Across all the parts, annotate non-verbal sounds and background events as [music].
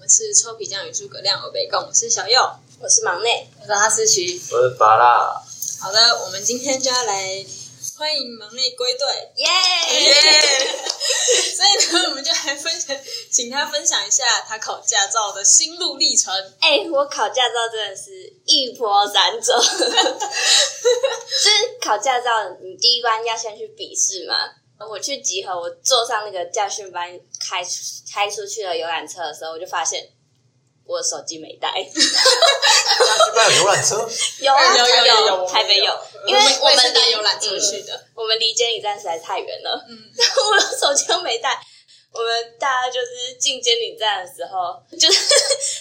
们是臭皮匠与诸葛亮欧北共，我是小右。我是忙内，我是哈士奇，我是巴拉，好的，我们今天就要来欢迎忙内归队，耶、 [laughs] 所以呢，我们就来分享，请他分享一下他考驾照的心路历程。哎、我考驾照真的是一波三折，就是考驾照，你第一关要先去笔试嘛。我去集合，我坐上那个驾训班开出开出去的游览车的时候，我就发现我手机没带。他去办游览车， [laughs] 有啊，有有有有台北有，因为我们我也是们搭离游览车嗯去的，我们离监理站实在太远了，嗯， [laughs] 然后我的手机又没带。我们大家就是进监理站的时候，就是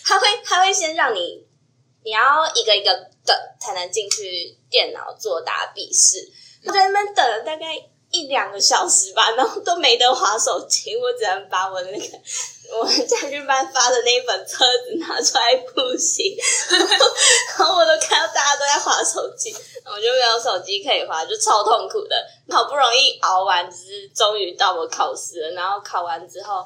[laughs] 他会他会先让你，你要一个一个等才能进去电脑做答笔试。我在那边等了大概一两个小时吧，然后都没得划手机，我只能把我的那个我们家训班发的那一本册子拿出来复习。然后我都看到大家都在划手机，我就没有手机可以划，就超痛苦的。好不容易熬完，就是终于到我考试了。然后考完之后，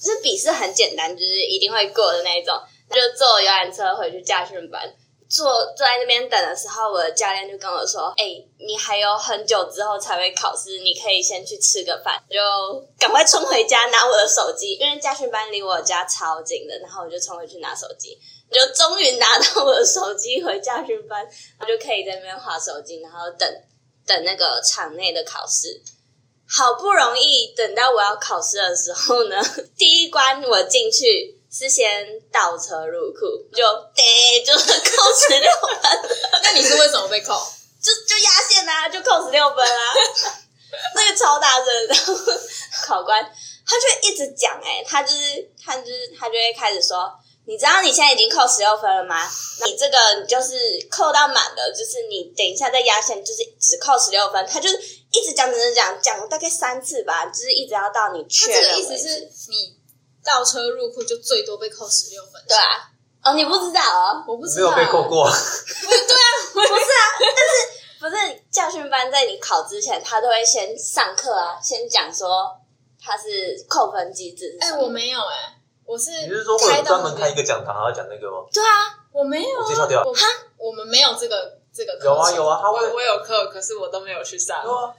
就是笔试很简单，就是一定会过的那一种。就坐游览车回去驾训班，坐坐在那边等的时候，我的教练就跟我说：“哎、你还有很久之后才会考试，你可以先去吃个饭，就赶快冲回家拿我的手机，因为驾训班离我家超近的。”然后我就冲回去拿手机，我就终于拿到我的手机回驾训班，我就可以在那边划手机，然后等等那个场内的考试。好不容易等到我要考试的时候呢， [laughs] 第一关我进去是先倒车入库，就 [laughs] 得就是扣十六分，那你是为什么被扣？就就压线啦、就扣十六分啦、 [laughs] 那个超大声的，然后考官他就一直讲，哎，他就是他就是他就会开始说。你知道你现在已经扣十六分了吗？你这个你就是扣到满了，就是你等一下再压线，就是只扣十六分。他就是一直讲，讲讲讲，讲了大概三次吧，就是一直要到你他确这认个意思为止是你倒车入库就最多被扣十六分，对啊，哦，你不知道哦，我不知 [laughs] 没道有被扣过，不是驾训班在你考之前，他都会先上课啊，先讲说他是扣分机制是哎、什么。我没有哎、我是你是说会到有专门那开边一个讲堂，然后讲那个吗？对啊，我没有我啊自己跳掉我我们没有这个这个课有啊程有啊，他会我我有课，可是我都没有去上有。啊，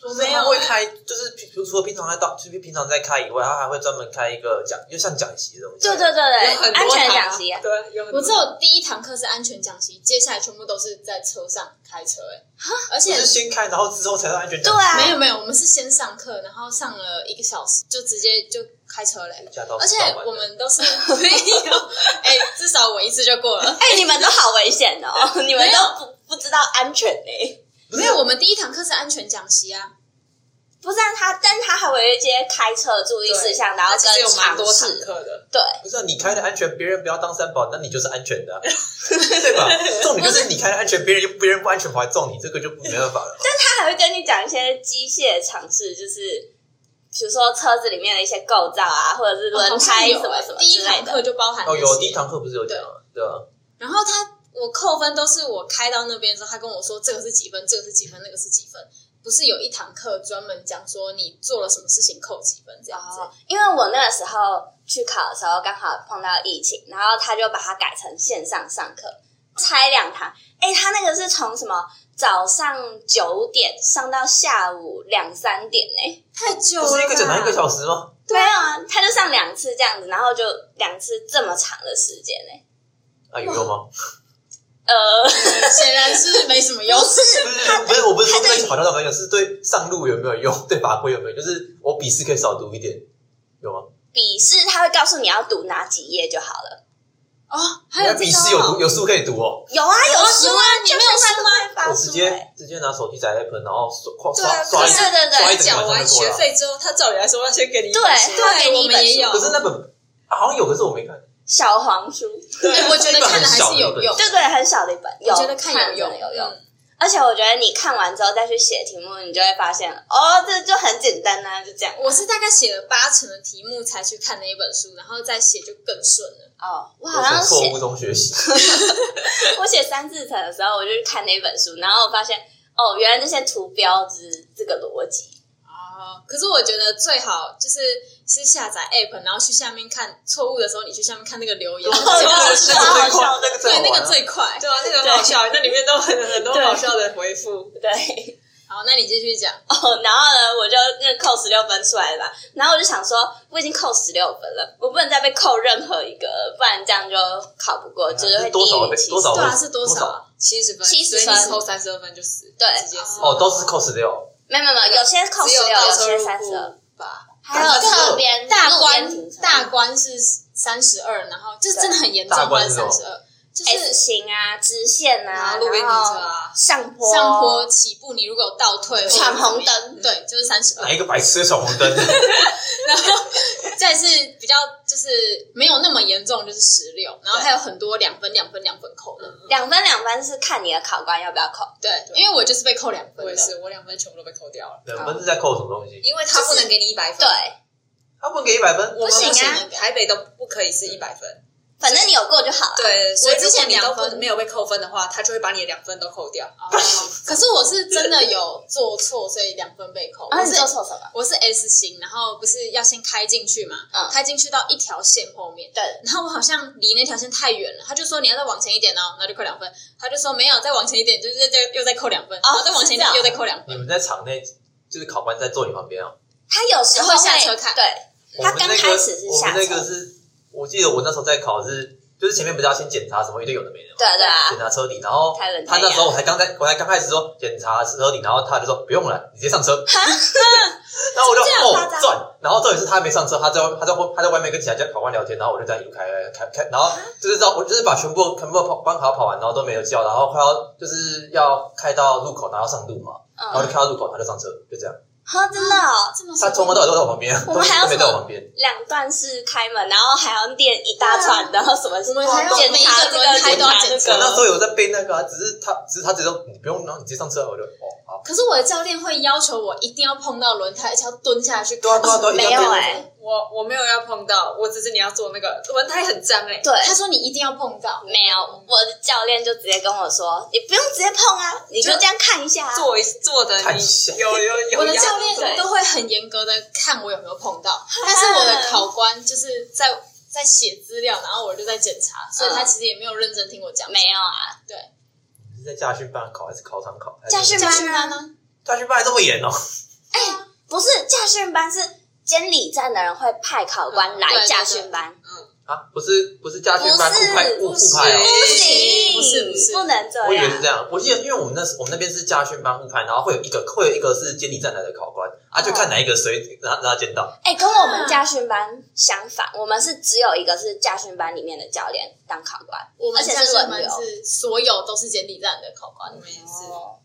就是没有啊他会开，就是平除了平常在到，就是平常在开以外，他还会专门开一个讲，就像讲习的东西。对对对有对，很多安全堂讲习啊，对，有很多我只有第一堂课是安全讲习，接下来全部都是在车上开车、欸，而且不是先开，然后之后才到安全对讲。啊，没有没有，我们是先上课，然后上了一个小时就直接就开车嘞、驾到而且上班我们都是没有，哎、至少我一次就过了。哎、你们都好危险哦，你们没有都不不知道安全呢、不是没有，我们第一堂课是安全讲习啊，不是、啊、他，但他还会有一些开车的注意事项，然后它哎其实跟有蛮尝多堂试。课的，对，不是啊你开的安全，别人不要当三宝，那你就是安全 [laughs] 的啊，对吧？重点就是你开的安全，别人又别人不安全，我还撞你，这个就没 [laughs] 办法了。他还会跟你讲一些机械常识，就是比如说车子里面的一些构造啊，或者是轮哦好像胎有哎欸什么什么第一之类堂的。课就包含哦，这有些第一堂课不是有讲啊，对吧？然后他我扣分都是我开到那边的时候，他跟我说这个是几分，这个是几分，那个是几分。不是有一堂课专门讲说你做了什么事情扣几分这样子，哦，因为我那个时候去考的时候刚好碰到疫情，然后他就把它改成线上上课，拆两堂。哎，他那个是从什么早上九点上到下午两三点呢、太久不了啦。是一个讲堂一个小时吗？没有啊，他就上两次这样子，然后就两次这么长的时间呢、 [laughs] 啊，有用吗？呃，显然是没什么用。不是，不是，我不是说对考教有没有用，是对上路有没有用，对法规有没有用，就是我笔试可以少读一点，有吗？笔试他会告诉你要读哪几页就好了。哦，还原有来这笔招试有哦读有书可以读哦，有啊，有书有啊你就没有是书他都会我发直书、接欸。直接拿手机载在喷，然后刷对啊刷刷可一是对对刷对，一整缴个晚完上就过学了啊。费之后，他照理来说要先给你一对本书他会给你我一们本也书有可是那本啊好像有，可是我没看。小黄书，哎我觉得看了还是有用。对对，很小的一本，有我觉得看有有用，有用。嗯而且我觉得你看完之后再去写题目，你就会发现，哦，这就很简单啊呐、就这样。我是大概写了八成的题目才去看那一本书，然后再写就更顺了。哦，我好我从像错误写中学习， [laughs] 我写三四层的时候，我就去看那本书，然后我发现，哦，原来那些图标只是这个逻辑，哦，可是我觉得最好就是是下载 app，然后去下面看错误的时候，你去下面看那个留言，哦那对个对 [laughs] 最超好快笑，那个最啊对，那个好玩啊最快。对啊，那个很好笑，那里面都很很多对好笑的回复。对。 [laughs] 好，那你继续讲。哦，然后呢，我就那扣十六分出来了嘛，然后我就想说，我已经扣十六分了，我不能再被扣任何一个了，不然这样就考不过，就是会低啊多少于的七多十少。对啊，分是多多少啊？七十分， 70所以分你扣三十二分就死，对直接死。哦，都是扣十六。没有没有没有，有些扣只十有六，倒有车些入三十二库，吧，还有侧边大路边停关车大关是三十二，然后就是真的很严重，大关是什三么十二，就哎 S 是型啊，直线然啊，后路边停车然后啊，上坡上坡起步，你如果有倒退闯红或者灯怎么样对，就是三十二哪。一个白痴闯红灯？然后再是比较就是没有那么严重，就是十六，然后还有很多两分、两分、两分扣的。两分两分是看你的考官要不要扣，对，因为我就是被扣两分我也的，是，我两分全部都被扣掉了，两分是在扣什么东西？因为他不能给你一百分，对，他不能给一百分，我不们行啊那个台北都不可以是一百分，反正你有过就好了。对，所以之如前果你都两不分没有被扣分的话，他就会把你的两分都扣掉。哦 [laughs] 可是我是真的有做错，所以两分被扣。然我啊后你是做错什么？我是 S 型，然后不是要先开进去嘛？嗯开进去到一条线后面，对，然后我好像离那条线太远了，他就说你要再往前一点哦，那就扣两分。他就说没有，再往前一点，就是再又再扣两分，然后再往前一哦是点这样又再扣两你分。们在场内就是考官在坐你旁边啊？他有时候会下车看对，我他们刚那个开始是我们下车，那个是，我记得我那时候在考是，就是前面不是要先检查什么一堆有的没的吗？对对啊检，查车底，然后太冷太他那时候阳我才刚在，我才刚开始说检查车底，然后他就说不用了，你直接上车。 [laughs] 然后我就这样夸哦张转，然后重点是他没上车，他在他在他在外面跟其他家考官聊天，然后我就这样一路开开啊开，然后就是让我就是把全部全部跑关卡跑完，然后都没有叫，然后快要就是要开到路口，然后上路嘛，然后就嗯，开到路口，他就上车，就这样。好，真的哦，这么他从头到尾都在我旁边，都我们还要都没在我旁边。两段式开门，然后还要练一大串，然后什么我们 [laughs] 还要检每一查个这轮胎检都要查检查我那时那候个，有在背那个、啊，只是他只是他直接说你不用，然后你直接上车，我就哦好。可是我的教练会要求我一定要碰到轮胎，而且要蹲下去对啊看。对啊对啊，一定没要有背哎，我我没有要碰到，我只是你要做那个轮胎很脏哎，对。他说你一定要碰到，没有，我的教练就直接跟我说：“你不用直接碰啊，你就这样看一下、啊。”做一做的看你一下有有有， [laughs] 我的压教对练都会很严格的看我有没有碰 [laughs] 到，但是我的考官就是在在写资料，然后我就在检查，所以他其实也没有认真听我讲。嗯没有啊，你是在家训班考还是考场考？还是驾训家班训班呢？呢？家训班还这么严哦？不是驾训班是监理站的人会派考官对来对驾训班，啊，不是不是家训班不是啊互派互不互派哦。不对行，不是不是不能这样。我以为是这样，我记得，因为我们那时我们那边是家训班互派，然后会有一个会有一个是监理站来的考官啊，就看哪一个谁让让他监到。哎、跟我们驾训班相反，我们是只有一个是驾训班里面的教练当考官， [laughs] 我们而且家是训轮班流。是所有都是监理站的考官我，们也 [laughs] 是。哦，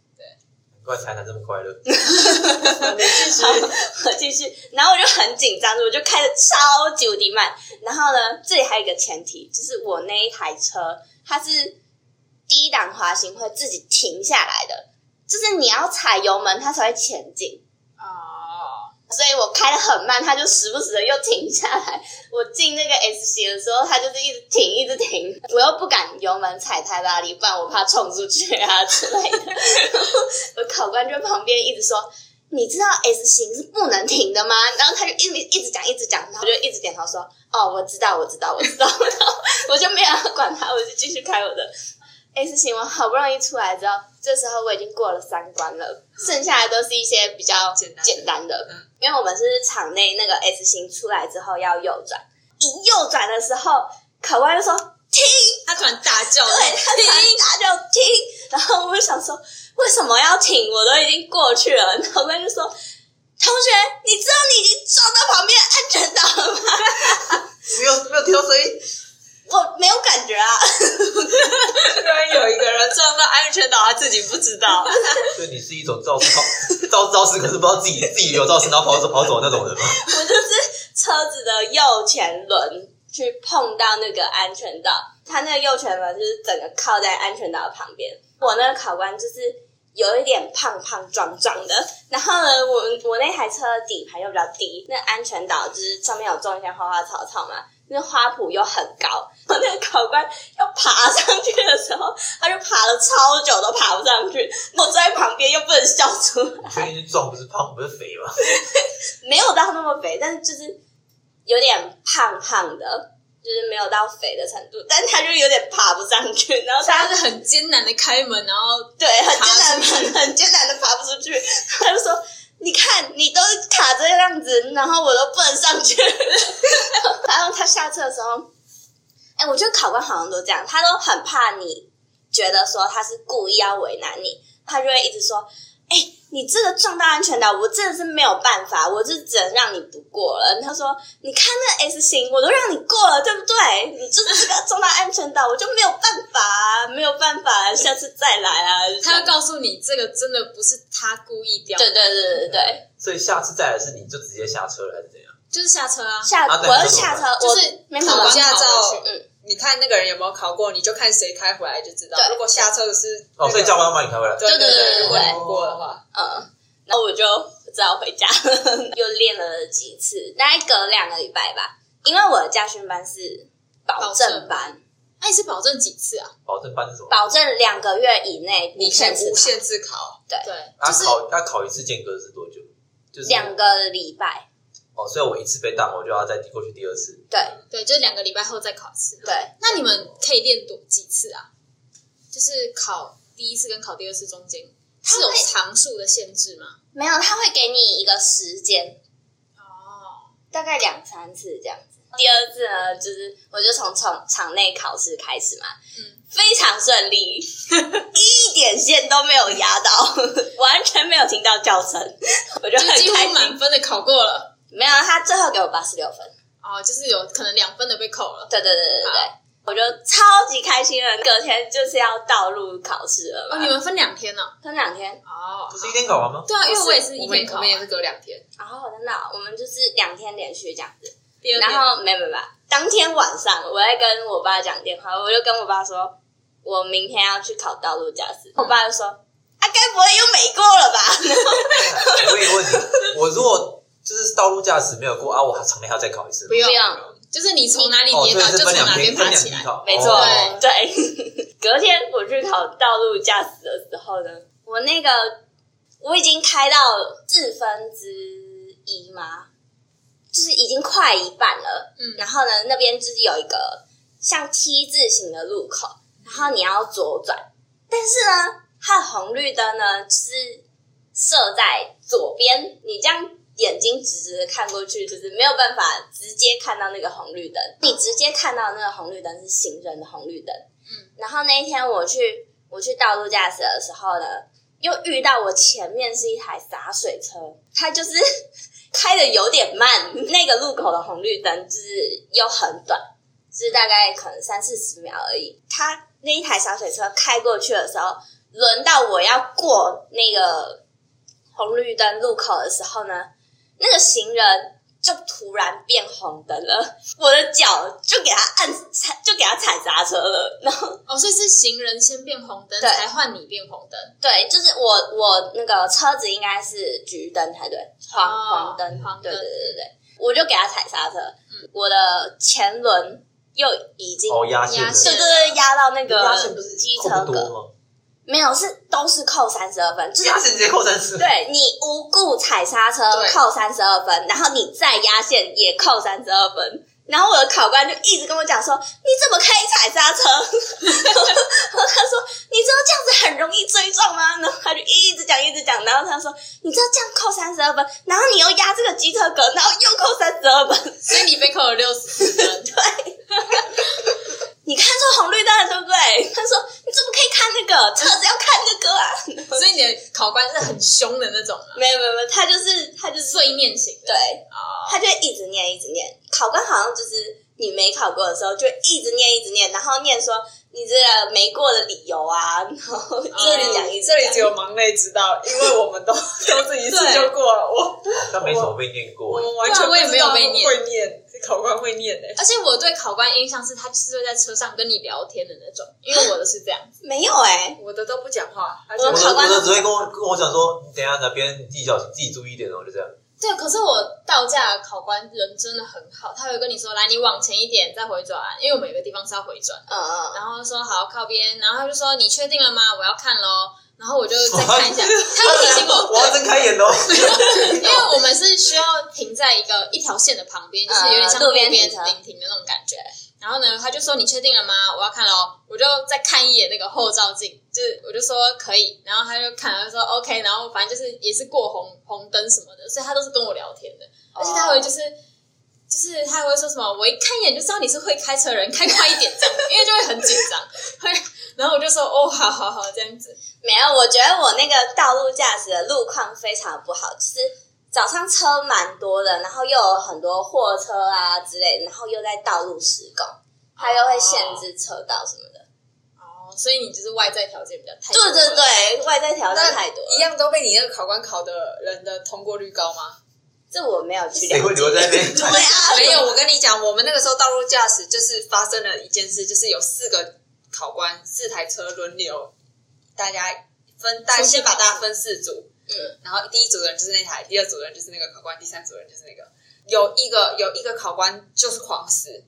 难怪台南这么快乐，继续，我继续。然后我就很紧张，我就开的超级无敌慢。然后呢，这里还有一个前提，就是我那一台车它是低档滑行会自己停下来的，就是你要踩油门它才会前进。哦，所以我开的很慢，它就时不时的又停下来。我进那个 S 型的时候，它就是一直停，一直停。我又不敢油门踩太大力，不然我怕冲出去啊之类的。我考官就在旁边一直说：“你知道 S 型是不能停的吗？”然后他就一直一直讲，一直讲，然后我就一直点头说：“哦，我知道，我知道，我知道。” [laughs] 然后我就没有要管他，我就继续开我的 S 型。我好不容易出来之后，这时候我已经过了三关了，剩下的都是一些比较简单简单的嗯，因为我们是场内那个 S 型出来之后要右转，一右转的时候，考官就说停，他突然大叫，对他停打就停，然后我就想说为什么要停？我都已经过去了，考官就说同学，你知道你已经撞到旁边安全岛了吗？没有没有听到声音，我没有感觉啊，居然有一个人撞到安全岛，他自己不知 [laughs] 道，所以你是一种肇 [laughs] 事跑肇肇事，可是不知道自 [laughs] 己自己有肇事，然后跑走跑走那种人吗？我就是车子的右前轮去碰到那个安全岛，它那个右前轮就是整个靠在安全岛的旁边。我那个考官就是有一点胖胖壮壮的，然后呢，我我那台车底盘又比较低，那安全岛就是上面有种一些花花草草嘛。那花圃又很高，然后那个考官要爬上去的时候，他就爬了超久都爬不上去，我坐在旁边又不能笑出来，确定是壮不是胖不是肥吗？没有到那么肥，但是就是有点胖胖的，就是没有到肥的程度，但他就有点爬不上去，然后他他 [laughs] 是很艰难的开门，然后对，很艰难爬出去的，很艰难的爬不出去。他就说：“你看，你都卡这样子，然后我都不能上去。” [laughs] 然后他下车的时候，哎、我觉得考官好像都这样，他都很怕你觉得说他是故意要为难你，他就会一直说：“哎、你这个撞到安全岛，我真的是没有办法，我就只能让你不过了。”他说：“你看那 S 型，我都让你过了，对不对？你就是这个撞到安全岛，我就没有办法、啊，没有办法、下次再来啊。”他要告诉你，这个真的不是他故意掉，对对对对对，所以下次再来是你就直接下车了还是怎样？就是下车啊。下啊对我要下车，就我是没考办法驾照考嗯，你看那个人有没有考过，你就看谁开回来就知道。对如果下车的是那啊哦，个所以教官要把你开回来。对对对对，如果对你过的话，嗯，然后我就只好回家， [laughs] 又练了几次，大概隔两个礼拜吧。因为我的驾训班是保证班，那你是保证几次啊？保证班是什么？保证两个月以内你无可以限次无限次考，对，他就是考他考一次间隔是多久？就是两个礼拜，哦，所以我一次被当，我就要再过去第二次。对对，就是两个礼拜后再考一次。对，那你们可以练多几次啊？就是考第一次跟考第二次中间是有会常数的限制吗？没有他会给你一个时间，哦，大概两三次这样子。第二次呢，就是我就从场场内考试开始嘛，嗯非常顺利， [laughs] 一点线都没有压 [laughs] 到，完全没有听到叫声，我就就很几开乎心。满分的考过了。没有，他最后给我八十六分。哦，就是有可能两分的被扣了。对对对对对对，我就超级开心了。隔天就是要道路考试了哦，你嘛，们分两天呢、分两天。哦不，是一天考完 [laughs] 吗？对啊，因为我也是一我们天考完我们，也是隔两天，然后真的，我们就是两天连续这样子。第二天然后没有没有没有，当天晚上我在跟我爸讲电话，我就跟我爸说，我明天要去考道路驾嗯驶。我爸就说，啊，该不会又没过了吧？哎我有一个问题，我如果就是道路驾驶没有过啊，我还场内还要再考一次吗不。用不用就是你从哪里哦，跌所以倒、是就分从两哪天，边分爬两起天来。考。没错哦对。 [laughs] 隔天我去考道路驾驶的时候呢，我那个我已经开到四分之一吗？就是已经快一半了。嗯然后呢，那边就是有一个像 T 字形的路口，然后你要左转，但是呢，它的红绿灯呢，就是设在左边，你这样眼睛直直的看过去，就是没有办法直接看到那个红绿灯。你直接看到那个红绿灯是行人的红绿灯。嗯，然后那一天我去我去道路驾驶的时候呢，又遇到我前面是一台洒水车，它就是 [laughs] 开的有点慢，那个路口的红绿灯就是又很短，就是大概可能三四十秒而已。它那一台洒水车开过去的时候，轮到我要过那个红绿灯路口的时候呢，那个行人。就突然变红灯了，我的脚就给他按踩，就给他踩刹车了， [laughs] 然后哦，所以是行人先变红灯，对才换你变红灯，对，就是我我那个车子应该是橘灯才对，黄哦黄灯，黄对灯对对对对，我就给他踩刹车，我的前轮又已经哦，压线压的。线对对对压到那压线个不是机扣车不格，多吗？没有是都是扣三十二分，就是压线直接扣三 [laughs] 次。对你无故踩刹车对扣三十二分，然后你再压线也扣三十二分。然后我的考官就一直跟我讲说：“你怎么可以踩刹车？” [laughs] 然后他说：“你知道这样子很容易追撞吗？”然后他就一直讲一直讲，然后他说：“你知道这样扣三十二分，然后你又压这个机车格，然后又扣三十二分，所以你被扣了六十四分。 [laughs] 你看错红绿灯了，对不对？”他说：“你怎么可以看那个车子要看这个啊所以你的考官是很凶的那种啊？”， [laughs] 没有没有没有，他就是他就是碎念型的。对，啊，他就一直念，一直念。考官好像就是你没考过的时候，就一直念，一直念，然后念说你这个没过的理由啊， [laughs] 然后一直讲，一直这里只讲。有忙内知道，因为我们都都是一次对就过了，我好哦像没什么被念我过。们完全对啊我也没有不知道被念会念，考官会念诶，而且我对考官印象是他就是会在车上跟你聊天的那种，因为我的是这样子。没有哎、我的都不讲话，而且我我们的考官我都的只会跟我跟我讲说，你等一下哪边地脚请自己注意一点哦，就这样。 [laughs] 对，可是我到驾的考官人真的很好，他会跟你说，来，你往前一点再回转，因为我们有个地方是要回转，嗯嗯，然后说好靠边，然后他就说你确定了吗？我要看喽，然后我就再看一下，他会提醒 [laughs] 我， [laughs] 我要睁开眼 [laughs] 哦喽。因为我们是需要停在一个一条线的旁边，就是有点像呃路路边边停临车停的那种感觉。然后呢，他就说：“你确定了吗？我要看喽。”我就再看一眼那个后照镜，就是我就说可以。然后他就看，他就说 OK。然后反正就是也是过红红灯什么的，所以他都是跟我聊天的，而且他会就是。哦就是他还会说什么，我一看一眼就知道你是会开车的人，开快一点这样，因为就会很紧张。会，然后我就说哦，好好好，这样子。没有，我觉得我那个道路驾驶的路况非常不好，就是早上车蛮多的，然后又有很多货车啊之类的，然后又在道路施工，它又会限制车道什么的。哦，所以你就是外在条件比较太对对对，外在条件那太多了一样都被你那个考官考的人的通过率高吗？这我没有去谁了会解。留在那 [laughs] 边？对啊， [laughs] 没有，我跟你讲，我们那个时候道路驾驶就是发生了一件事，就是有四个考官，四台车轮流，大家分，大家先把大家分四组，嗯，然后第一组的人就是那台，第二组的人就是那个考官，第三组的人就是那个。有一个有一个考官就是狂死，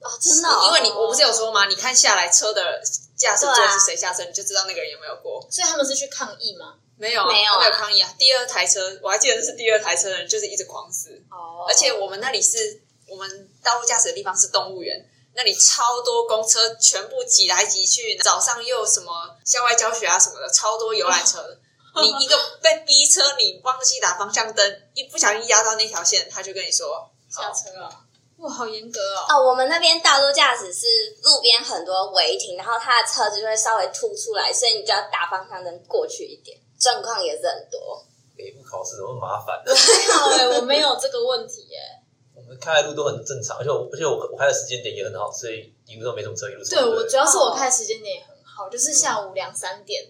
哦，真的哦、因为你我不是有说吗？你看下来车的驾驶座是谁下车，你就知道那个人有没有过。所以他们是去抗议吗？没有啊，没有啊他没有抗议啊。第二台车，我还记得是第二台车的人就是一直狂死，哦，而且我们那里是我们道路驾驶的地方是动物园，那里超多公车全部挤来挤去，早上又有什么校外教学啊什么的，超多游览车 [laughs] 的。你一个被逼车，你忘记打方向灯，一不小心压到那条线，他就跟你说下车啊了。哇，好严格哦！哦，我们那边道路驾驶是路边很多违停，然后他的车子就会稍微凸出来，所以你就要打方向灯过去一点。状况也是很多，北部哎考试怎么麻烦？还好哎，我没有这个问题哎。我们开的路都很正常，而且我而且我我开的时间点也很好，所以一路都没什么车，一路 [laughs] 对，我主觉要是我开的时间点也很好，就是下午两三点，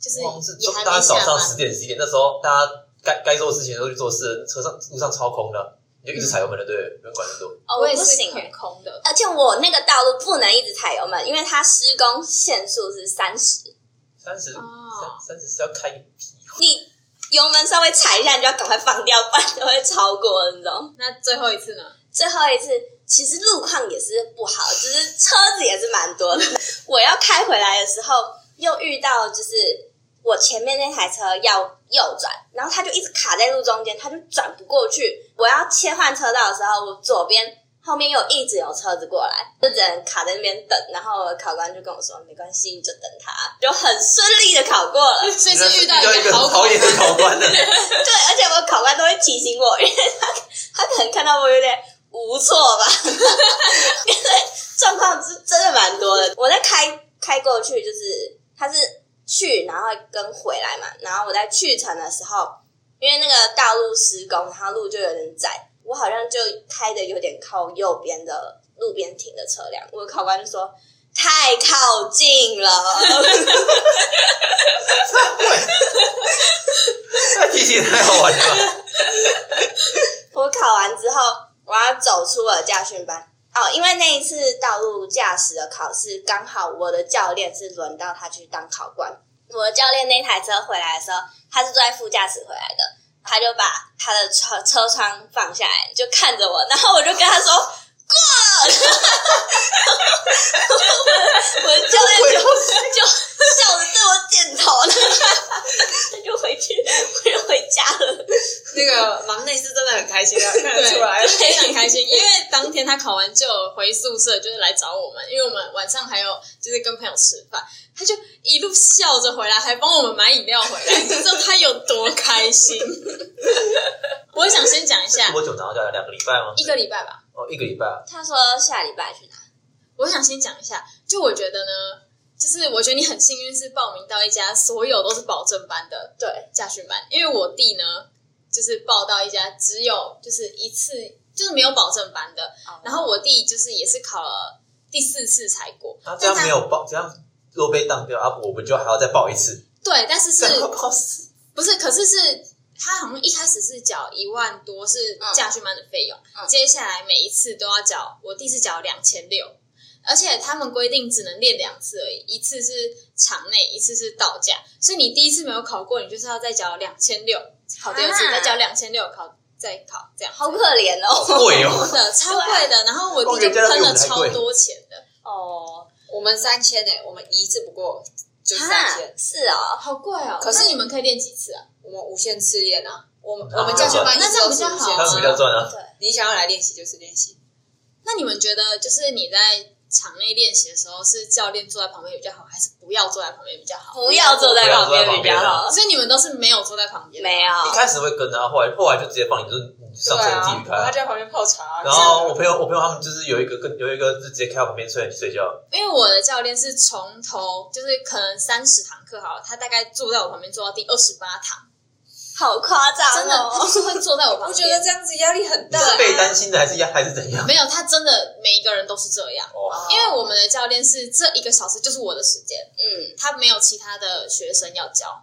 就是光是也还大没家下早上十班。点十一点那时候，大家该该做事情的时候去做事，车上路上超空的，你就一直踩油门的，对，不用管那么多。哦，我也不是行很欸空的。而且我那个道路不能一直踩油门，因为它施工限速是三十，三十哦三三十是要开屁股，你油门稍微踩一下，你就要赶快放掉，不然就会超过那种。那最后一次呢？最后一次，其实路况也是不好，只是车子也是蛮多的。 [laughs] 我要开回来的时候，又遇到就是我前面那台车要右转，然后它就一直卡在路中间，它就转不过去。我要切换车道的时候，我左边后面又一直有车子过来，就只能卡在那边等。然后考官就跟我说：“没关系，你就等他。”就很顺利的考过了。所以那是遇到一个好考很 [laughs] 讨厌的考官呢。对，而且我考官都会提醒我，因为他他可能看到我有点无措吧，因为状况是真的蛮多的。我在开开过去，就是他是去然后跟回来嘛，然后我在去程的时候，因为那个道路施工，然后路就有点窄，我好像就开的有点靠右边的路边停的车辆，我的考官就说。太靠近了，那提醒太好玩了吧。 [laughs] 我考完之后，我要走出了驾训班哦，因为那一次道路驾驶的考试，刚好我的教练是轮到他去当考官。我的教练那台车回来的时候，他是坐在副驾驶回来的，他就把他的车车窗放下来，就看着我，然后我就跟他说过。我的教练就就笑着对我点头， [laughs] 然后他他就回去，我就回家了。那个忙内是真的很开心 [laughs] 啊，看得出来。对非常开心，因为当天他考完就有回宿舍，就是来找我们，因为我们晚上还有就是跟朋友吃饭，他就一路笑着回来，还帮我们买饮料回来， [laughs] 你知道他有多开心。 [laughs] 我想先讲一下多久拿到驾照？两个礼拜吗？一个礼拜吧，哦，一个礼拜啊。他说下礼拜去哪？我想先讲一下，就我觉得呢，就是我觉得你很幸运是报名到一家所有都是保证班的对，驾训班，因为我弟呢就是报到一家只有就是一次就是没有保证班的，然后我弟就是也是考了第四次才过，他啊这样但他没有报，这样如果被当掉啊，我们就还要再报一次。对，但是是 [laughs] 这样报死不是？可是是他好像一开始是缴一万多是驾训班的费用，嗯接下来每一次都要缴，我弟是缴两千六。而且他们规定只能练两次而已，一次是场内，一次是到驾，所以你第一次没有考过，你就是要再缴两千六考第二次，啊再缴两千六考再考，这样好可怜哦。贵哦，真的超贵的。然后我弟就喷光学家了用才超贵多钱的，哦，我们三千诶，我们一次不过就三哈千，是哦，好贵哦。可是那你们可以练几次啊？我们无限次练啊。我们啊我们教学班一那直这样都比是较无限好这样啊子次比较赚啊。你想要来练习就是练习，那你们觉得就是你在场内练习的时候，是教练坐在旁边比较好，还是不要坐在旁边比较好？不要坐在旁边比较不要坐在旁边好啊。所以你们都是没有坐在旁边的，没有，一开始会跟啊，后来后来就直接放你，就是你上车自己对啊，他开。就在旁边泡茶，然后我朋友我朋友他们就是有一个跟有一个就直接开到旁边睡睡觉，因为我的教练是从头就是可能三十堂课好了，他大概坐在我旁边坐到第二十八堂，好夸张真的他哦。就是会坐在我旁边。我觉得这样子压力很你大是啊。被担心的还是 [laughs] 压还是怎样？没有，他真的每一个人都是这样。哦，因为我们的教练是这一个小时就是我的时间，嗯，他没有其他的学生要教。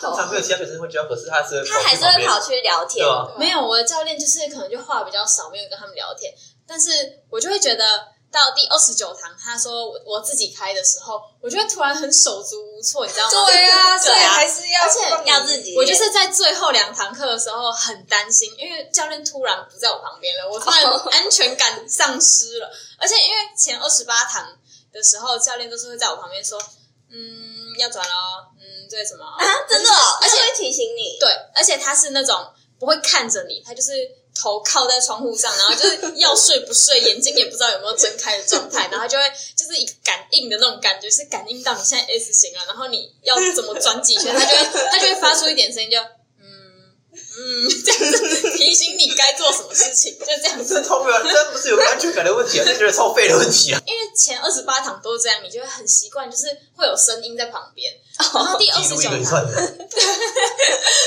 通常没有其他学生会教，可是他是他还是会跑去聊天对啊的。没有，我的教练就是可能就话比较少，没有跟他们聊天。但是我就会觉得到第二十九堂，他说我我自己开的时候，我就会突然很手足无措，你知 [laughs] 道吗？对啊，所以对啊还是要而且放要自己我就是在最后两堂课的时候很担心，因为教练突然不在我旁边了，我突然安全感丧失了。 [laughs] 而且因为前二十八堂的时候，教练都是会在我旁边说：“嗯，要转了哦，嗯，对什么哦？”啊，真的哦，而且他会提醒你。对，而且他是那种不会看着你，他就是头靠在窗户上，然后就是要睡不睡， [laughs] 眼睛也不知道有没有睁开的状态，然后他就会就是一个感应的那种感觉，是感应到你现在 S 型了，然后你要怎么转几圈，他就会他就会发出一点声音就，嗯嗯这样子提醒你该做什么事情，就这样这子。超没有，这不是有安全感的问题啊，这觉得超废的问题啊。因为前二十八堂都这样，你就会很习惯，就是会有声音在旁边。然后第二哦记十录一九轮堂算的，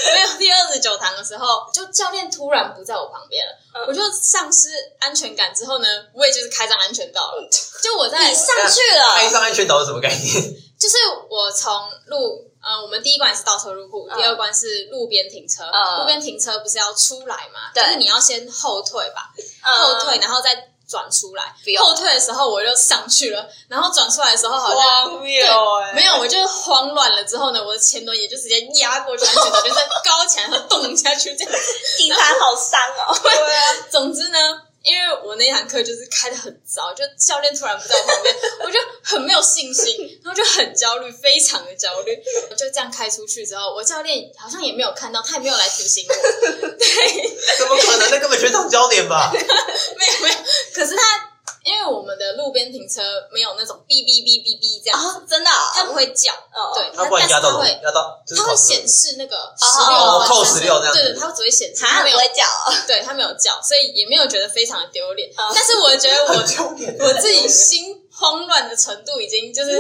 没有第二十九堂的时候，就教练突然不在我旁边了，嗯我就丧失安全感之后呢，我也就是开上安全岛嗯了。就我在你上去啊开了，上安全岛是什么概念？ [laughs] 就是我从路，呃，我们第一关也是倒车入库，嗯第二关是路边停车。嗯路边停车不是要出来吗？对就是你要先后退吧，嗯后退，然后再转出来不。用后退的时候我就上去了，然后转出来的时候好像荒谬哎，没有，我就是慌乱了之后呢，我的前轮也就直接压过去，安全岛就是高起来然后动下去这样。地板好伤哦。对啊，总之呢，因为我那堂课就是开的很糟，就教练突然不在我 [laughs] 旁边，我就很没有信心，然后就很焦虑，非常的焦虑。就这样开出去之后，我教练好像也没有看到，他也没有来提醒 [laughs] 我，怎么可能？那根本全场焦点吧？没有没有。可是他因为我们的路边停车没有那种哔哔哔哔哔这样， [laughs] 哦，真的哦，他不会叫，哦对，他不然压但是他到什么会。压到，就是他会考试显示那个十哦六、哦哦扣16这样子对对，他会只会显示，他他没不有会叫哦。对他没有叫，所以也没有觉得非常的丢脸。哦但是我觉得我很焦点。我自己心慌乱的程度已经就是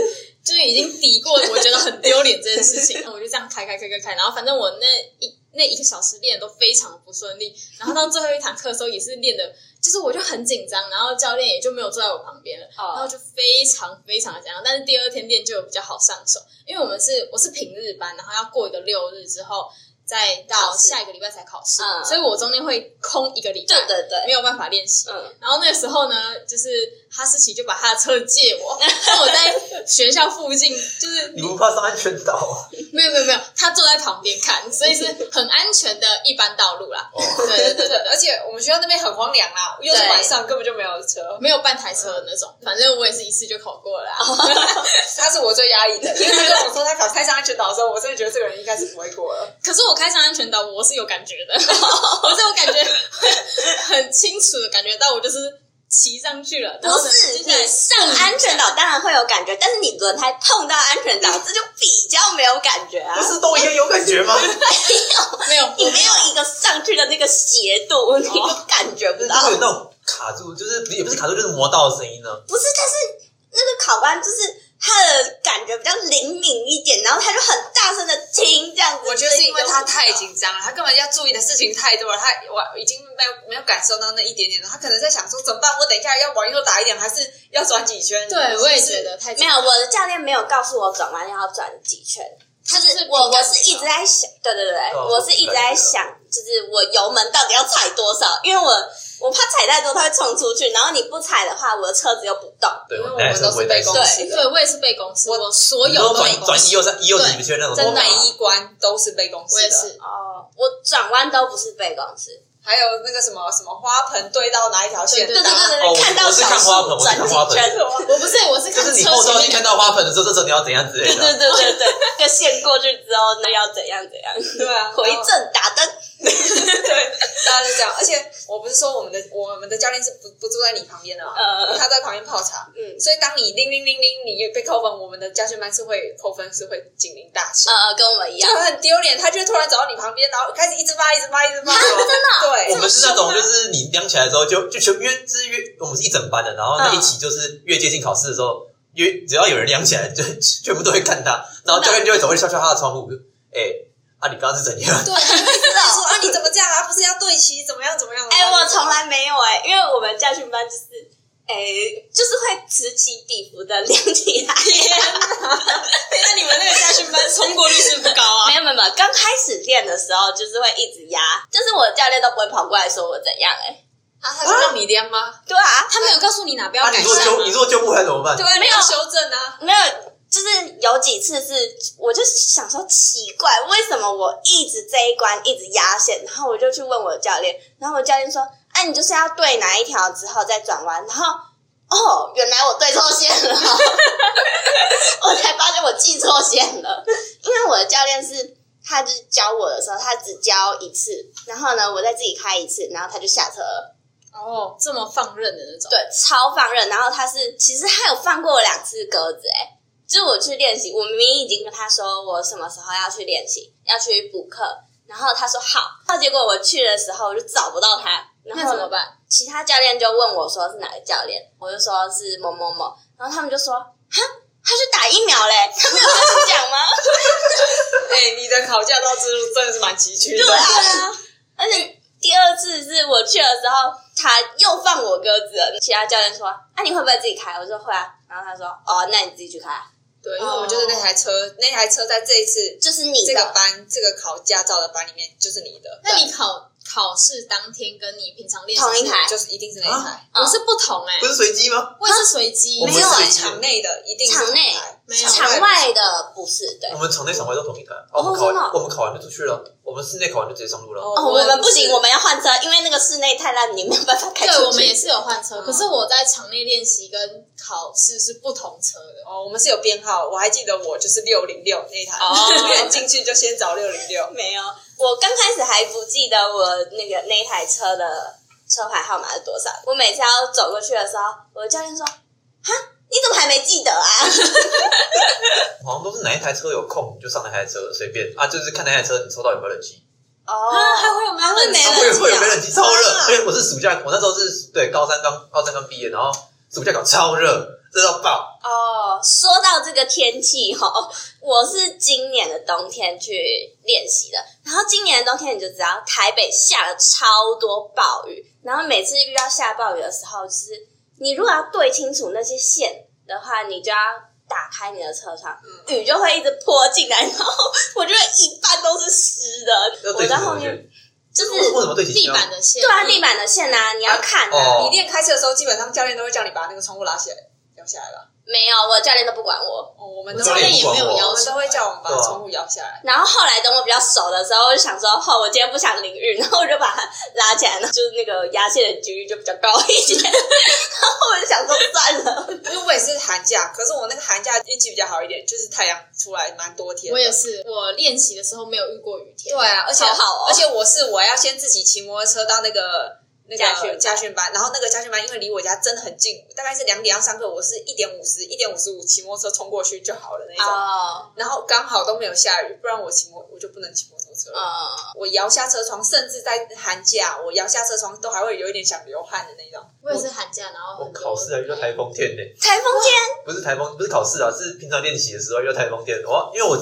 就是已经抵过我觉得很丢脸这件事情，我就这样开开开开开，然后反正我那一那一个小时练得都非常的不顺利，然后到最后一堂课的时候也是练的，就是我就很紧张，然后教练也就没有坐在我旁边了，哦然后就非常非常的紧张，但是第二天练就有比较好上手，因为我们是我是平日班，然后要过一个六日之后。再到考试下一个礼拜才考试，嗯所以我中间会空一个礼拜，对对对，没有办法练习。嗯，然后那个时候呢，就是哈士奇就把他的车借 [laughs] 我，那我在学校附近，就是你不怕上安全岛啊？没有没有没有，他坐在旁边看，所以是很安全的一般道路哦啦。对对对对对，而且我们学校那边很荒凉啦，又是对晚上，根本就没有车。没有半台车的那种，反正我也是一次就考过了啦。 [laughs] 他是我最压抑的，因为他跟我说他考太上安全岛的时候，我真的觉得这个人应该是不会过了。可是我开上安全岛，我是有感觉的， [laughs] 我是有感觉 [laughs] 很清楚的感觉到，我就是骑上去了。然不后呢是接下你来上安全岛当然会有感觉，但是你轮胎碰到安全岛，这就比较没有感觉啊不。是都一样有感觉吗？没有，你没有一个上去的那个斜度，哦你就感觉就不是到。会有那种卡住，就是也不是卡住，就是磨到的声音呢。不是，但是那个考官就是他的感觉比较灵敏一点，然后他就很大声的听这样子。 [laughs] 我觉得是因为他所以就太紧张了，他根本要注意的事情太多了，他我已经没有没有感受到那一点点了。他可能在想说怎么办？我等一下要往右打一点，还是要转几圈？对我也是不觉是得太没有，我的教练没有告诉我转弯要转几圈，他就是我凭我感觉是一直在想，对对对，哦我是一直在想，就是我油门到底要踩多少，因为我我怕踩太多它会冲出去，然后你不踩的话，我的车子又不动。对，因为我男们生都不是会担被心公。司的，对我也是被公司，我我所你有都都被转公转司一右三一右对几不啊圈那种，真我的每一关都是被公司我的。也是，哦，我转弯都不是被公司，还有那个什么什么花盆对到哪一条线，啊对对对对哦对，我看到我是小看花盆我树是转看几花盆圈，我不是，我是就看是你车后照前镜面看到花盆的时候，这时候你要怎样之类对对的。对对对，那个线过去之后，那要怎样怎样？呃对啊，回然后正打灯，对，大家就这样。而且我不是说我们的我们的教练是不不坐在你旁边的嘛，呃，他在旁边泡茶，嗯所以当你铃铃铃铃，你也被扣分，我们的家训班是会扣分，是会警铃大响。呃，跟我们一就样，很丢脸，他就会突然走到你旁边，然后开始一直骂，一直骂，一直 [laughs] 我骂。啊对，们是那种，就是你量起来之后就就全，因为是越我们是一整班的，然后那一起就是越接近考试的时候，越只要有人量起来，就全部都会看他，然后教练就会走过去敲敲他的窗户，哎、啊，你刚刚是怎样？ [laughs] 对，他就一直在说啊，你怎么这样啊？不是要对齐，怎么样，怎么样？哎、我从来没有哎、因为我们家训班就是，哎、就是会此起彼伏的亮起来。那你们那个家训班通过率是不高啊没？有没有没有，刚开始练的时候就是会一直压，就是我教练都不会跑过来说我怎样哎、啊，他就让你量吗？对啊，他没有告诉你哪不要啊，改你若善救你吗？若救不回来怎么办对？啊，没你有要修正啊。没有，就是有几次是，我就想说奇怪，为什么我一直这一关一直压线，然后我就去问我的教练，然后我教练说，哎、你就是要对哪一条之后再转弯，然后哦，原来我对错线了， [laughs] 我才发现我记错线了，因为我的教练是。他就是教我的时候，他只教一次，然后呢，我再自己开一次，然后他就下车了。哦，这么放任的那种。对，超放任。然后他是其实他有放过我两次鸽子、欸，哎，就是我去练习，我明明已经跟他说我什么时候要去练习，要去补课，然后他说好，那结果我去的时候我就找不到他，然那后怎么呢办？其他教练就问我说是哪个教练，我就说是某某某，然后他们就说哈。他去打疫苗嘞，他没有跟你讲吗？哎，你的考驾照之路真的是蛮崎岖对的。啊，而且第二次是我去的时候，他又放我鸽子了。其他教练说：“啊，你会不会自己开？”我说：“会啊。”然后他说：“哦，那你自己去开啊，对，因为我们就是那台车，那台车在这一次就是你这的。个班这个考驾照的班里面就是你的，那你考考试当天跟你平常练同一习台就是一定是那一台。嗯我是不同哎、不是随机吗？我也是随机我，们没有是啊场内的一定是场同内一台没有场外哦的不是对我。们场内场外都同一台，啊哦我们考完、真的哦我们考完就出去了，我们室内考完就直接上路了。哦哦，我们不行，是我们要换车，因为那个室内太烂，你没有办法开出去。对我们也是有换车，嗯可是我在场内练习跟考试是不同车的。哦，我们是有编号，我还记得我就是六零六那一台， [laughs] 哦远进去就先找六零六。没有。我刚开始还不记得我那个那一台车的车牌号码是多少。我每次要走过去的时候，我的教练说：“哈，你怎么还没记得啊？”好像都是哪一台车有空就上那台车，随便啊，就是看那台车你抽到有没有冷气， [laughs] 哦，啊还会有没有还会冷没气啊会冷有会有没有气冷气，超热。啊因为我是暑假，我那时候是对高三刚高三刚毕业，然后暑假搞超热，热到爆。啊？哦，说到这个天气哦，我是今年的冬天去练习的，然后今年的冬天你就知道，台北下了超多暴雨，然后每次遇到下暴雨的时候，就是你如果要对清楚那些线的话，你就要打开你的车窗，嗯雨就会一直泼进来，然后我觉得一半都是湿要的，我嗯对齐在什后么面线？就是为为什么对齐地线啊？板的线，对啊，地板的线啊，你要看啊。哦你练开车的时候，基本上教练都会叫你把那个窗户拉起来，摇下来了。没有，我教练都不管我。哦，我们我都教会，练也没教练也不有管要我我们求都会叫我们把对啊窗户摇下来。然后后来等我比较熟的时候，我就想说，哦，我今天不想淋雨， [laughs] 然后我就把它拉起来，然后就是那个压线的几率就比较高一点。 [laughs] 然后我就想说，算了，因为我也是寒假，可是我那个寒假运气比较好一点，就是太阳出来蛮多天我的。也是，我练习的时候没有遇过雨天。对啊，而且好好哦而且我是我要先自己骑摩托车到那个那家训个班家训班，然后那个家训班因为离我家真的很近，大概是两点要上课，我是一点五十、一点五十五骑摩托车冲过去就好了那种。哦，然后刚好都没有下雨，不然我骑摩我就不能骑摩托车了。呃嗯，我摇下车窗，甚至在寒假，我摇下车窗都还会有一点想流汗的那种。我也是寒假，然后我很考多试还遇到台风天呢、台风天不是台风，不是考试啊，是平常练习的时候遇到台风天。我因为我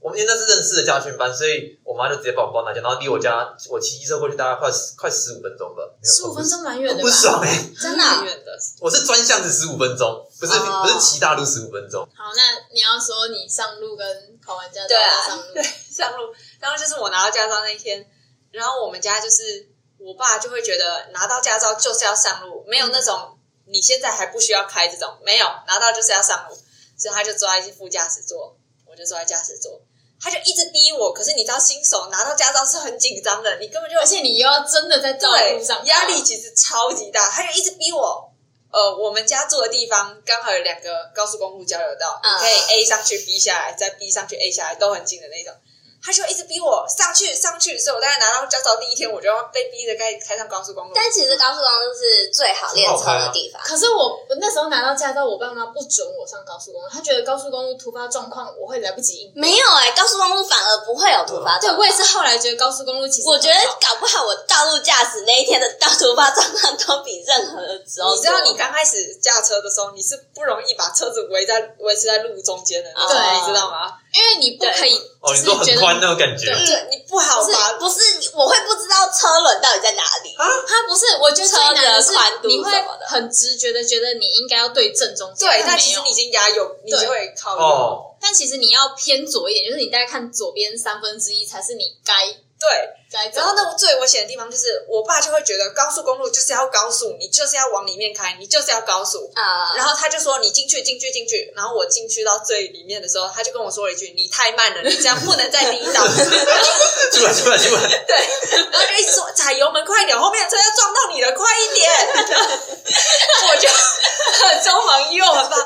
我们因为那是认识的家训班，所以我妈就直接把我包拿下，然后离我家我骑机车过去大概快10快十五分钟吧，没有十五分钟蛮远的不吧？爽哎、真的啊很远的，我是专项是十五分钟，不是、哦不是骑大路十五分钟，好，那你要说你上路跟考完驾照对啊上路， [laughs] 上路，然后就是我拿到驾照那一天，然后我们家就是我爸就会觉得拿到驾照就是要上路，没有那种你现在还不需要开这种，没有拿到就是要上路，所以他就坐在副驾驶座，我就坐在驾驶座，他就一直逼我。可是你知道，新手拿到驾照是很紧张的，你根本就而且你又要真的在道路上对压力其实超级大。他就一直逼我。呃，我们家住的地方刚好有两个高速公路交流道，嗯你可以 A 上去 B 下来，再 B 上去 A 下来，都很近的那种。他就一直逼我上去上去，所以我大概拿到驾照第一天，我就要被逼着开开上高速公路。但其实高速公路是最好练车的地方，可是我我那时候拿到驾照，我爸妈不准我上高速公路，他觉得高速公路突发状况我会来不及应。没有哎、高速公路反而不会有突发对状况。我也是后来觉得高速公路其实我觉得很好搞不好我道路驾驶那一天的道突发状况都比任何的时候多。你知道，你刚开始驾车的时候，你是不容易把车子围在维持在路中间的那种，对你知道吗？因为你不可以哦，就你是说很觉得宽那种感觉，对对你不好不把是不是你，我会不知道车轮到底在哪里。他不是，我觉得最难是车的宽度你会什么的很直觉的觉得你应该要对正中间，对，但但没其实有你已经压有，你就会靠右。哦，但其实你要偏左一点，就是你大概看左边三分之一才是你该对，该走。然后那最危险的地方就是，我爸就会觉得高速公路就是要高速，你就是要往里面开，你就是要高速。啊、然后他就说你进去，进去，进去。然后我进去到最里面的时候，他就跟我说了一句：“你太慢了，你这样不能再低 [laughs] 档。”出来出来出 [laughs] 来，然后就一直说踩油门快点，后面的车要撞到你了，快一点！ [laughs] 我就很匆忙又很怕，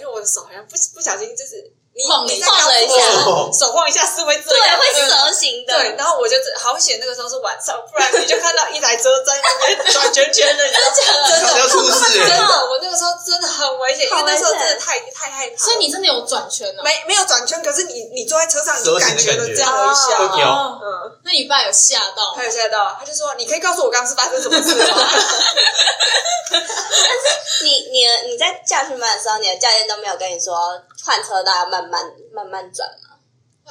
因为我的手好像不不小心就是你晃了一你下在高速公路哦手晃一下啊是会这对，样，会蛇形的。对，然后我就只好险，那个时候是晚上，不然你就看到一台车在那边转圈圈的，你知道吗真差点的要出事真欸的，我那个时候真的很危险，因为那时候真的太太害怕了。所以你真的有转圈哦。没没有转圈，可是你你坐在车上，你就蛇形的感觉了感觉这样的一下，会飘哦嗯。那你爸有吓到吗他？有吓到，他就说：“你可以告诉我刚刚是发生什么事吗你你的你在驾训班的时候，你的教练都没有跟你说换车道要慢慢慢慢转吗？？”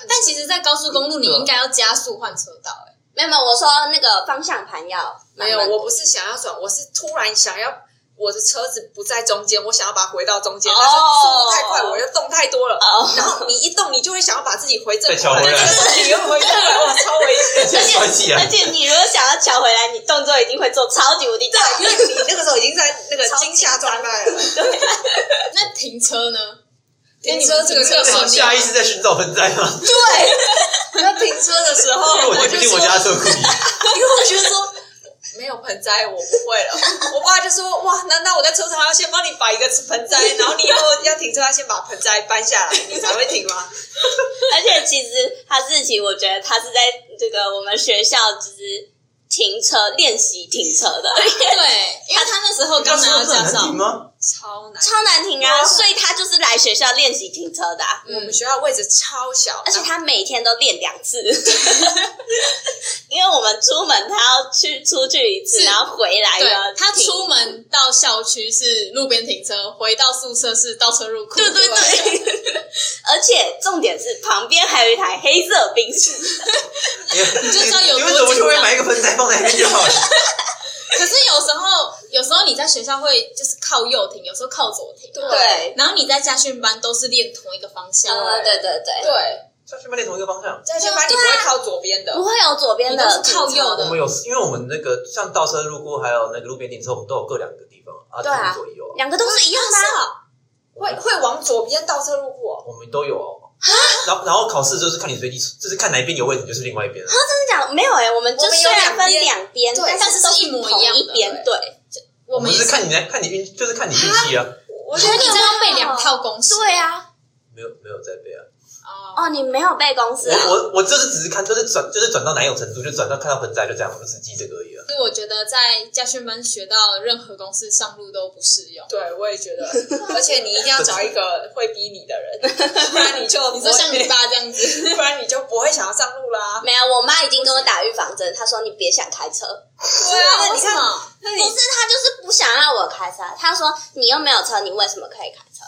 但其实，在高速公路，你应该要加速换车道、欸。没有没有，我说那个方向盘要慢 [laughs] 没有，慢我不是想要转，我是突然想要我的车子不在中间，我想要把它回到中间，哦但是速度太快，我又动太多了。 [laughs] 哦，然后你一动，你就会想要把自己回正再调回来对这个时候你又回正过来，哇，超危险！再甩起而来，且你如果想要调回来，你动作一定会做超级无敌大，对，因为 [laughs] 你那个时候已经在那个惊吓状态了。那停车呢？停车这个对课 [laughs] 程，下意识在寻找盆 [laughs] 栽吗？要停车的时候，哦因为我我决就定说我家车库里，因为我就说 [laughs] 没有盆栽，我不会了。我爸就说：“哇，难道我在车上还要先帮你摆一个盆栽，然后你以后要停车要先把盆栽搬下来，你才会停吗而且其实哈士奇，我觉得他是在这个我们学校就是停车练习停车的，哎对，因为他那时候刚拿到驾照很难停，吗？？” [laughs] 超难。超难停啊，哇所以他就是来学校练习停车的啊、我们学校位置超小，而且他每天都练两次， [laughs] 因为我们出门他要去出去一次，是然后回来对了，他停出门到校区是路边停车，回到宿舍是倒车入库。对对对对， [laughs] 而且重点是旁边还有一台黑色宾士，你你就知道有多你为什么紧就张会买一个盆栽放在那边 [laughs] 就好了？可是有时候，有时候你在学校会就是靠右停，有时候靠左停、啊。对然后你在家训班都是练同一个方向，呃，对对对，对，啊下去卖同一个方向。在学班你不会靠左边的不，会有左边的你都是靠右的我们有，因为我们那个像倒车入库还有那个路边停车，我们都有各两个地方啊，对啊左右啊，两个都是一样的啊，会会往左边倒车入库哦。我们都有哦。啊然后然后考试就是看你随机，就是看哪一边有位置，就是另外一边了。真的假的？没有哎，我们就我们虽有然分两两边，对但但是都是一模同一样的一边，对我们们也是看你来看你运，就是看你运气啊。我我觉觉得得你你这样背两套公式。 [laughs] 对啊，没有没有在背啊，哦，哦，你没有背公司啊，我我我就是只是看，就是转就是转到哪一种程度，就转到看到盆栽就这样，我就只记这个而已啊。所以我觉得在家训班学到任何公式上路都不适用。对，我也觉 [laughs] 得，而且你一定要找一个会逼你的 [laughs] 人，不然你就你不说像你会， [laughs] 爸这样子， [laughs] 不然你就不会想要上路啦。没有，我妈已经跟我打预防针，她说你别想开车。[laughs] 对啊，为你什看，么？那不你是，她就是不想让我开车。她说你又没有车，你为什么可以开车？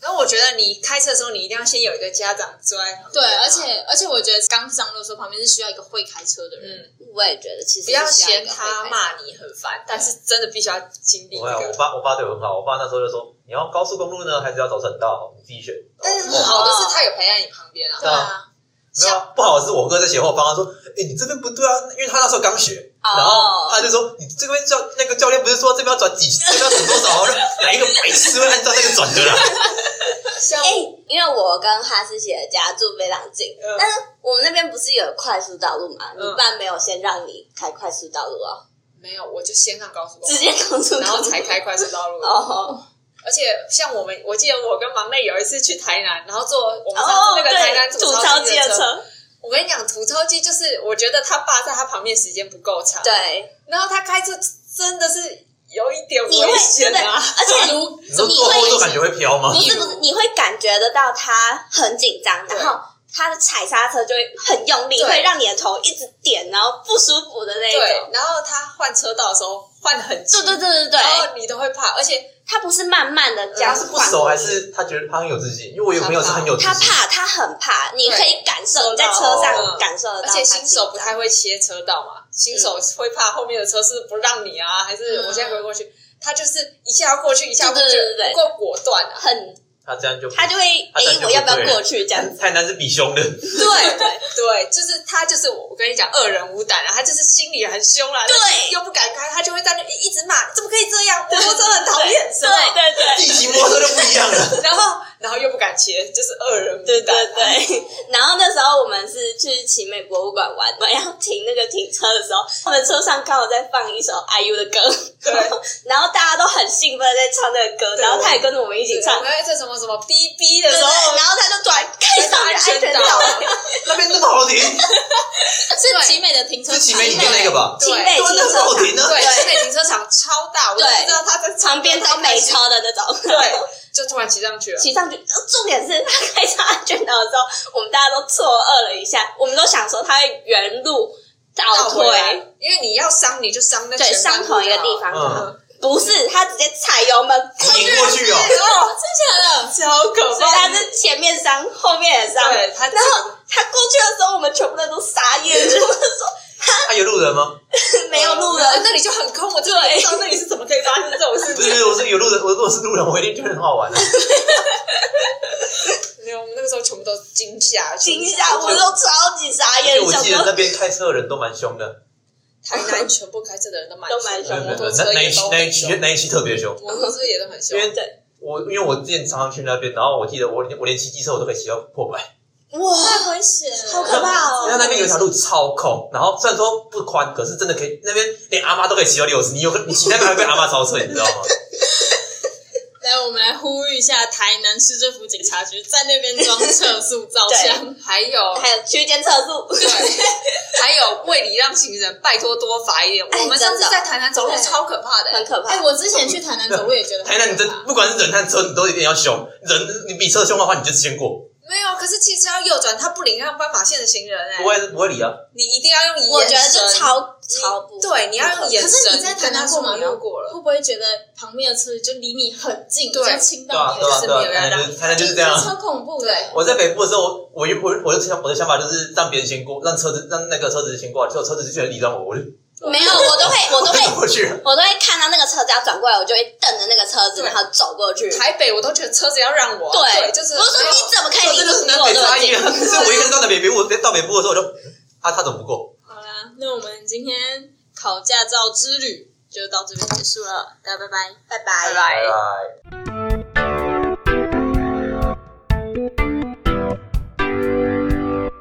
然后我觉得你开车的时候，你一定要先有一个家长坐在旁边对，而且而且我觉得刚上路的时候，旁边是需要一个会开车的人。嗯，我也觉得其实不要是需一嫌个会他开车骂你很烦，但是真的必须要经历这我我个。爸我爸对我很好，我爸那时候就说你要高速公路呢，还是要走省道，你自己选。但是哦好的是他有陪在你旁边啊，对啊，没有啊不好的是，我哥在斜后方，他说：“哎、你这边不对啊，因为他那时候刚学，哦然后他就说你这边教那个 [laughs] 教练不是说这边要转几，这边要转多少啊？我说哪一个白痴会按照那个转的啦？像哎、因为我跟哈士奇的家住非常近，嗯但是我们那边不是有快速道路嘛？嗯你爸没有先让你开快速道路哦，没有，我就先上高速公直路，接扛出，然后才开快速道路。哦，而且像我们，我记得我跟忙内有一次去台南，然后坐我们上哦，次那个台南对，土土超机机的车。车，我跟你讲，土超机就是我觉得他爸在他旁边时间不够长，，对，然后他开车真的是有一点你会危险对，啊。而且如你说坐后座感觉会飘哦吗？不是不是，你会感觉得到他很紧张，对然后他的踩刹车就会很用力，对会让你的头一直点，然后不舒服的那一对种。，然后他换车道的时候换很急，对对对对对，然后你都会怕，而且他不是慢慢的这样换他是不过去，熟还是他觉得他很有自信？因为我有朋友是很有自他信，怕，他很怕，你可以感受受到你在车嗯上感受得而到，且新手不太。会切车道嘛，新手会怕后面的车是不让你啊，还是嗯我现在回过去，他就是一下要过去，一下要过去对对对，对不够果断啊。很，他这样就他就会他感诶，觉我要不不要对过去这样子？太难是比凶的， [laughs] 对对对，就是他，就是我，我跟你讲，恶人无胆啊，他就是心里很凶啦，对但是又不敢开，他就会在那一直骂，怎么可以这样？摩托车很 [laughs] 讨厌，什对么？对对地形摩托就不一样 [laughs] 了。然后，然后又不敢切，就是恶人无胆。对对对。然后那时候我们是去奇美博物馆玩，我们要停那个停车的时候，他们车上刚好在放一首 IU 的歌，对然后大家都很兴奋地在唱那个歌，对然后他也跟着我们一起唱我，们要在什么什么哔哔的对时对候对，然后他就突然开上安安全全岛岛，那边那么好停，是集美的停车啊是场，奇美里面那个吧？对景对美啊，停那车么好场停呢。对，对新北停车场超大，我就对知道他在旁边都没，超的那种，对，就突然骑上去了。骑上去，呃重点是他开上安全岛的时候，我们大家都错愕了一下，我们都想说他会原路倒倒退回，来，因为你要伤你就伤那对，全班伤同一个地方就好。嗯，不是，他直接踩油 [laughs] 门，你赢过去哦，哦，真假的？超可所以怕他。是前面伤，后面也伤。对，他然后他过去的时候，我们全部人都傻眼，就是说他有路人吗？没有路了，了。那里就很哦空，我真的不知道那里是怎么可以发生这种事不是，不情。是，我是有路人，我如果是路人，我一定觉得很好玩的。啊没有，我们那个时候全部都惊吓，惊吓，我们都超级傻眼因为，我想记得那说边开车的人都蛮凶的，台南全部开车的人都蛮都蛮没有凶的没有摩没托有车那那也一都期那一很期凶，那一期特别凶。摩托车也都很凶因。为对我因为我之前常常去那边，然后我记得我连我连骑机车我都可以骑到破百，哇，太危险了，好可怕因为哦！那边有一条路超空，然后虽然说不宽，可是真的可以那边连阿妈都可以骑到六十，你有你骑那边还会被阿妈超车，你知道吗？来，我们来呼吁一下台南市政府警察局，在那边装测速照相。还有还有区间测速，对，还有为礼让行人，拜托多罚一点。哎我们上次真的在台南走路对超可怕的、很可怕 [laughs] 哎、。我之前去台南走路也觉得 [laughs] 很台哎南你真可怕不管是人和车，你都一定要凶，人你比车凶的话，你就先过，没有，可是汽车要右转，它不礼让斑马线的行人哎、不会不会理啊。你一定要用眼神，我觉得就超超不对，你要用眼可神。是你在台南过马你跟他说你路路过了，会不会觉得旁边的车子就离你很近，对比较亲对啊到你对的啊身对啊，就是没台有人南就是台南就是这样。超恐怖的。对我在北部的时候，我我我我的想我的想法就是让别人先过，让车子让那个车子先过，结果车子就觉得礼让我，我就没有，我都会，我都会， [laughs] 过去了。我都会看到那个车子要转过来，我就会瞪着那个车子，对然后走过去。台北我都觉得车子要让我，对，就是我说没有你怎么可以 [laughs] 这离就我是那南北差么异近？啊！ [laughs] 所以我一开始到北北部，到北部的时候我就，啊，他怎么不过？好啦，那我们今天考驾照之旅就到这边结束了，大家拜拜。拜拜拜拜拜。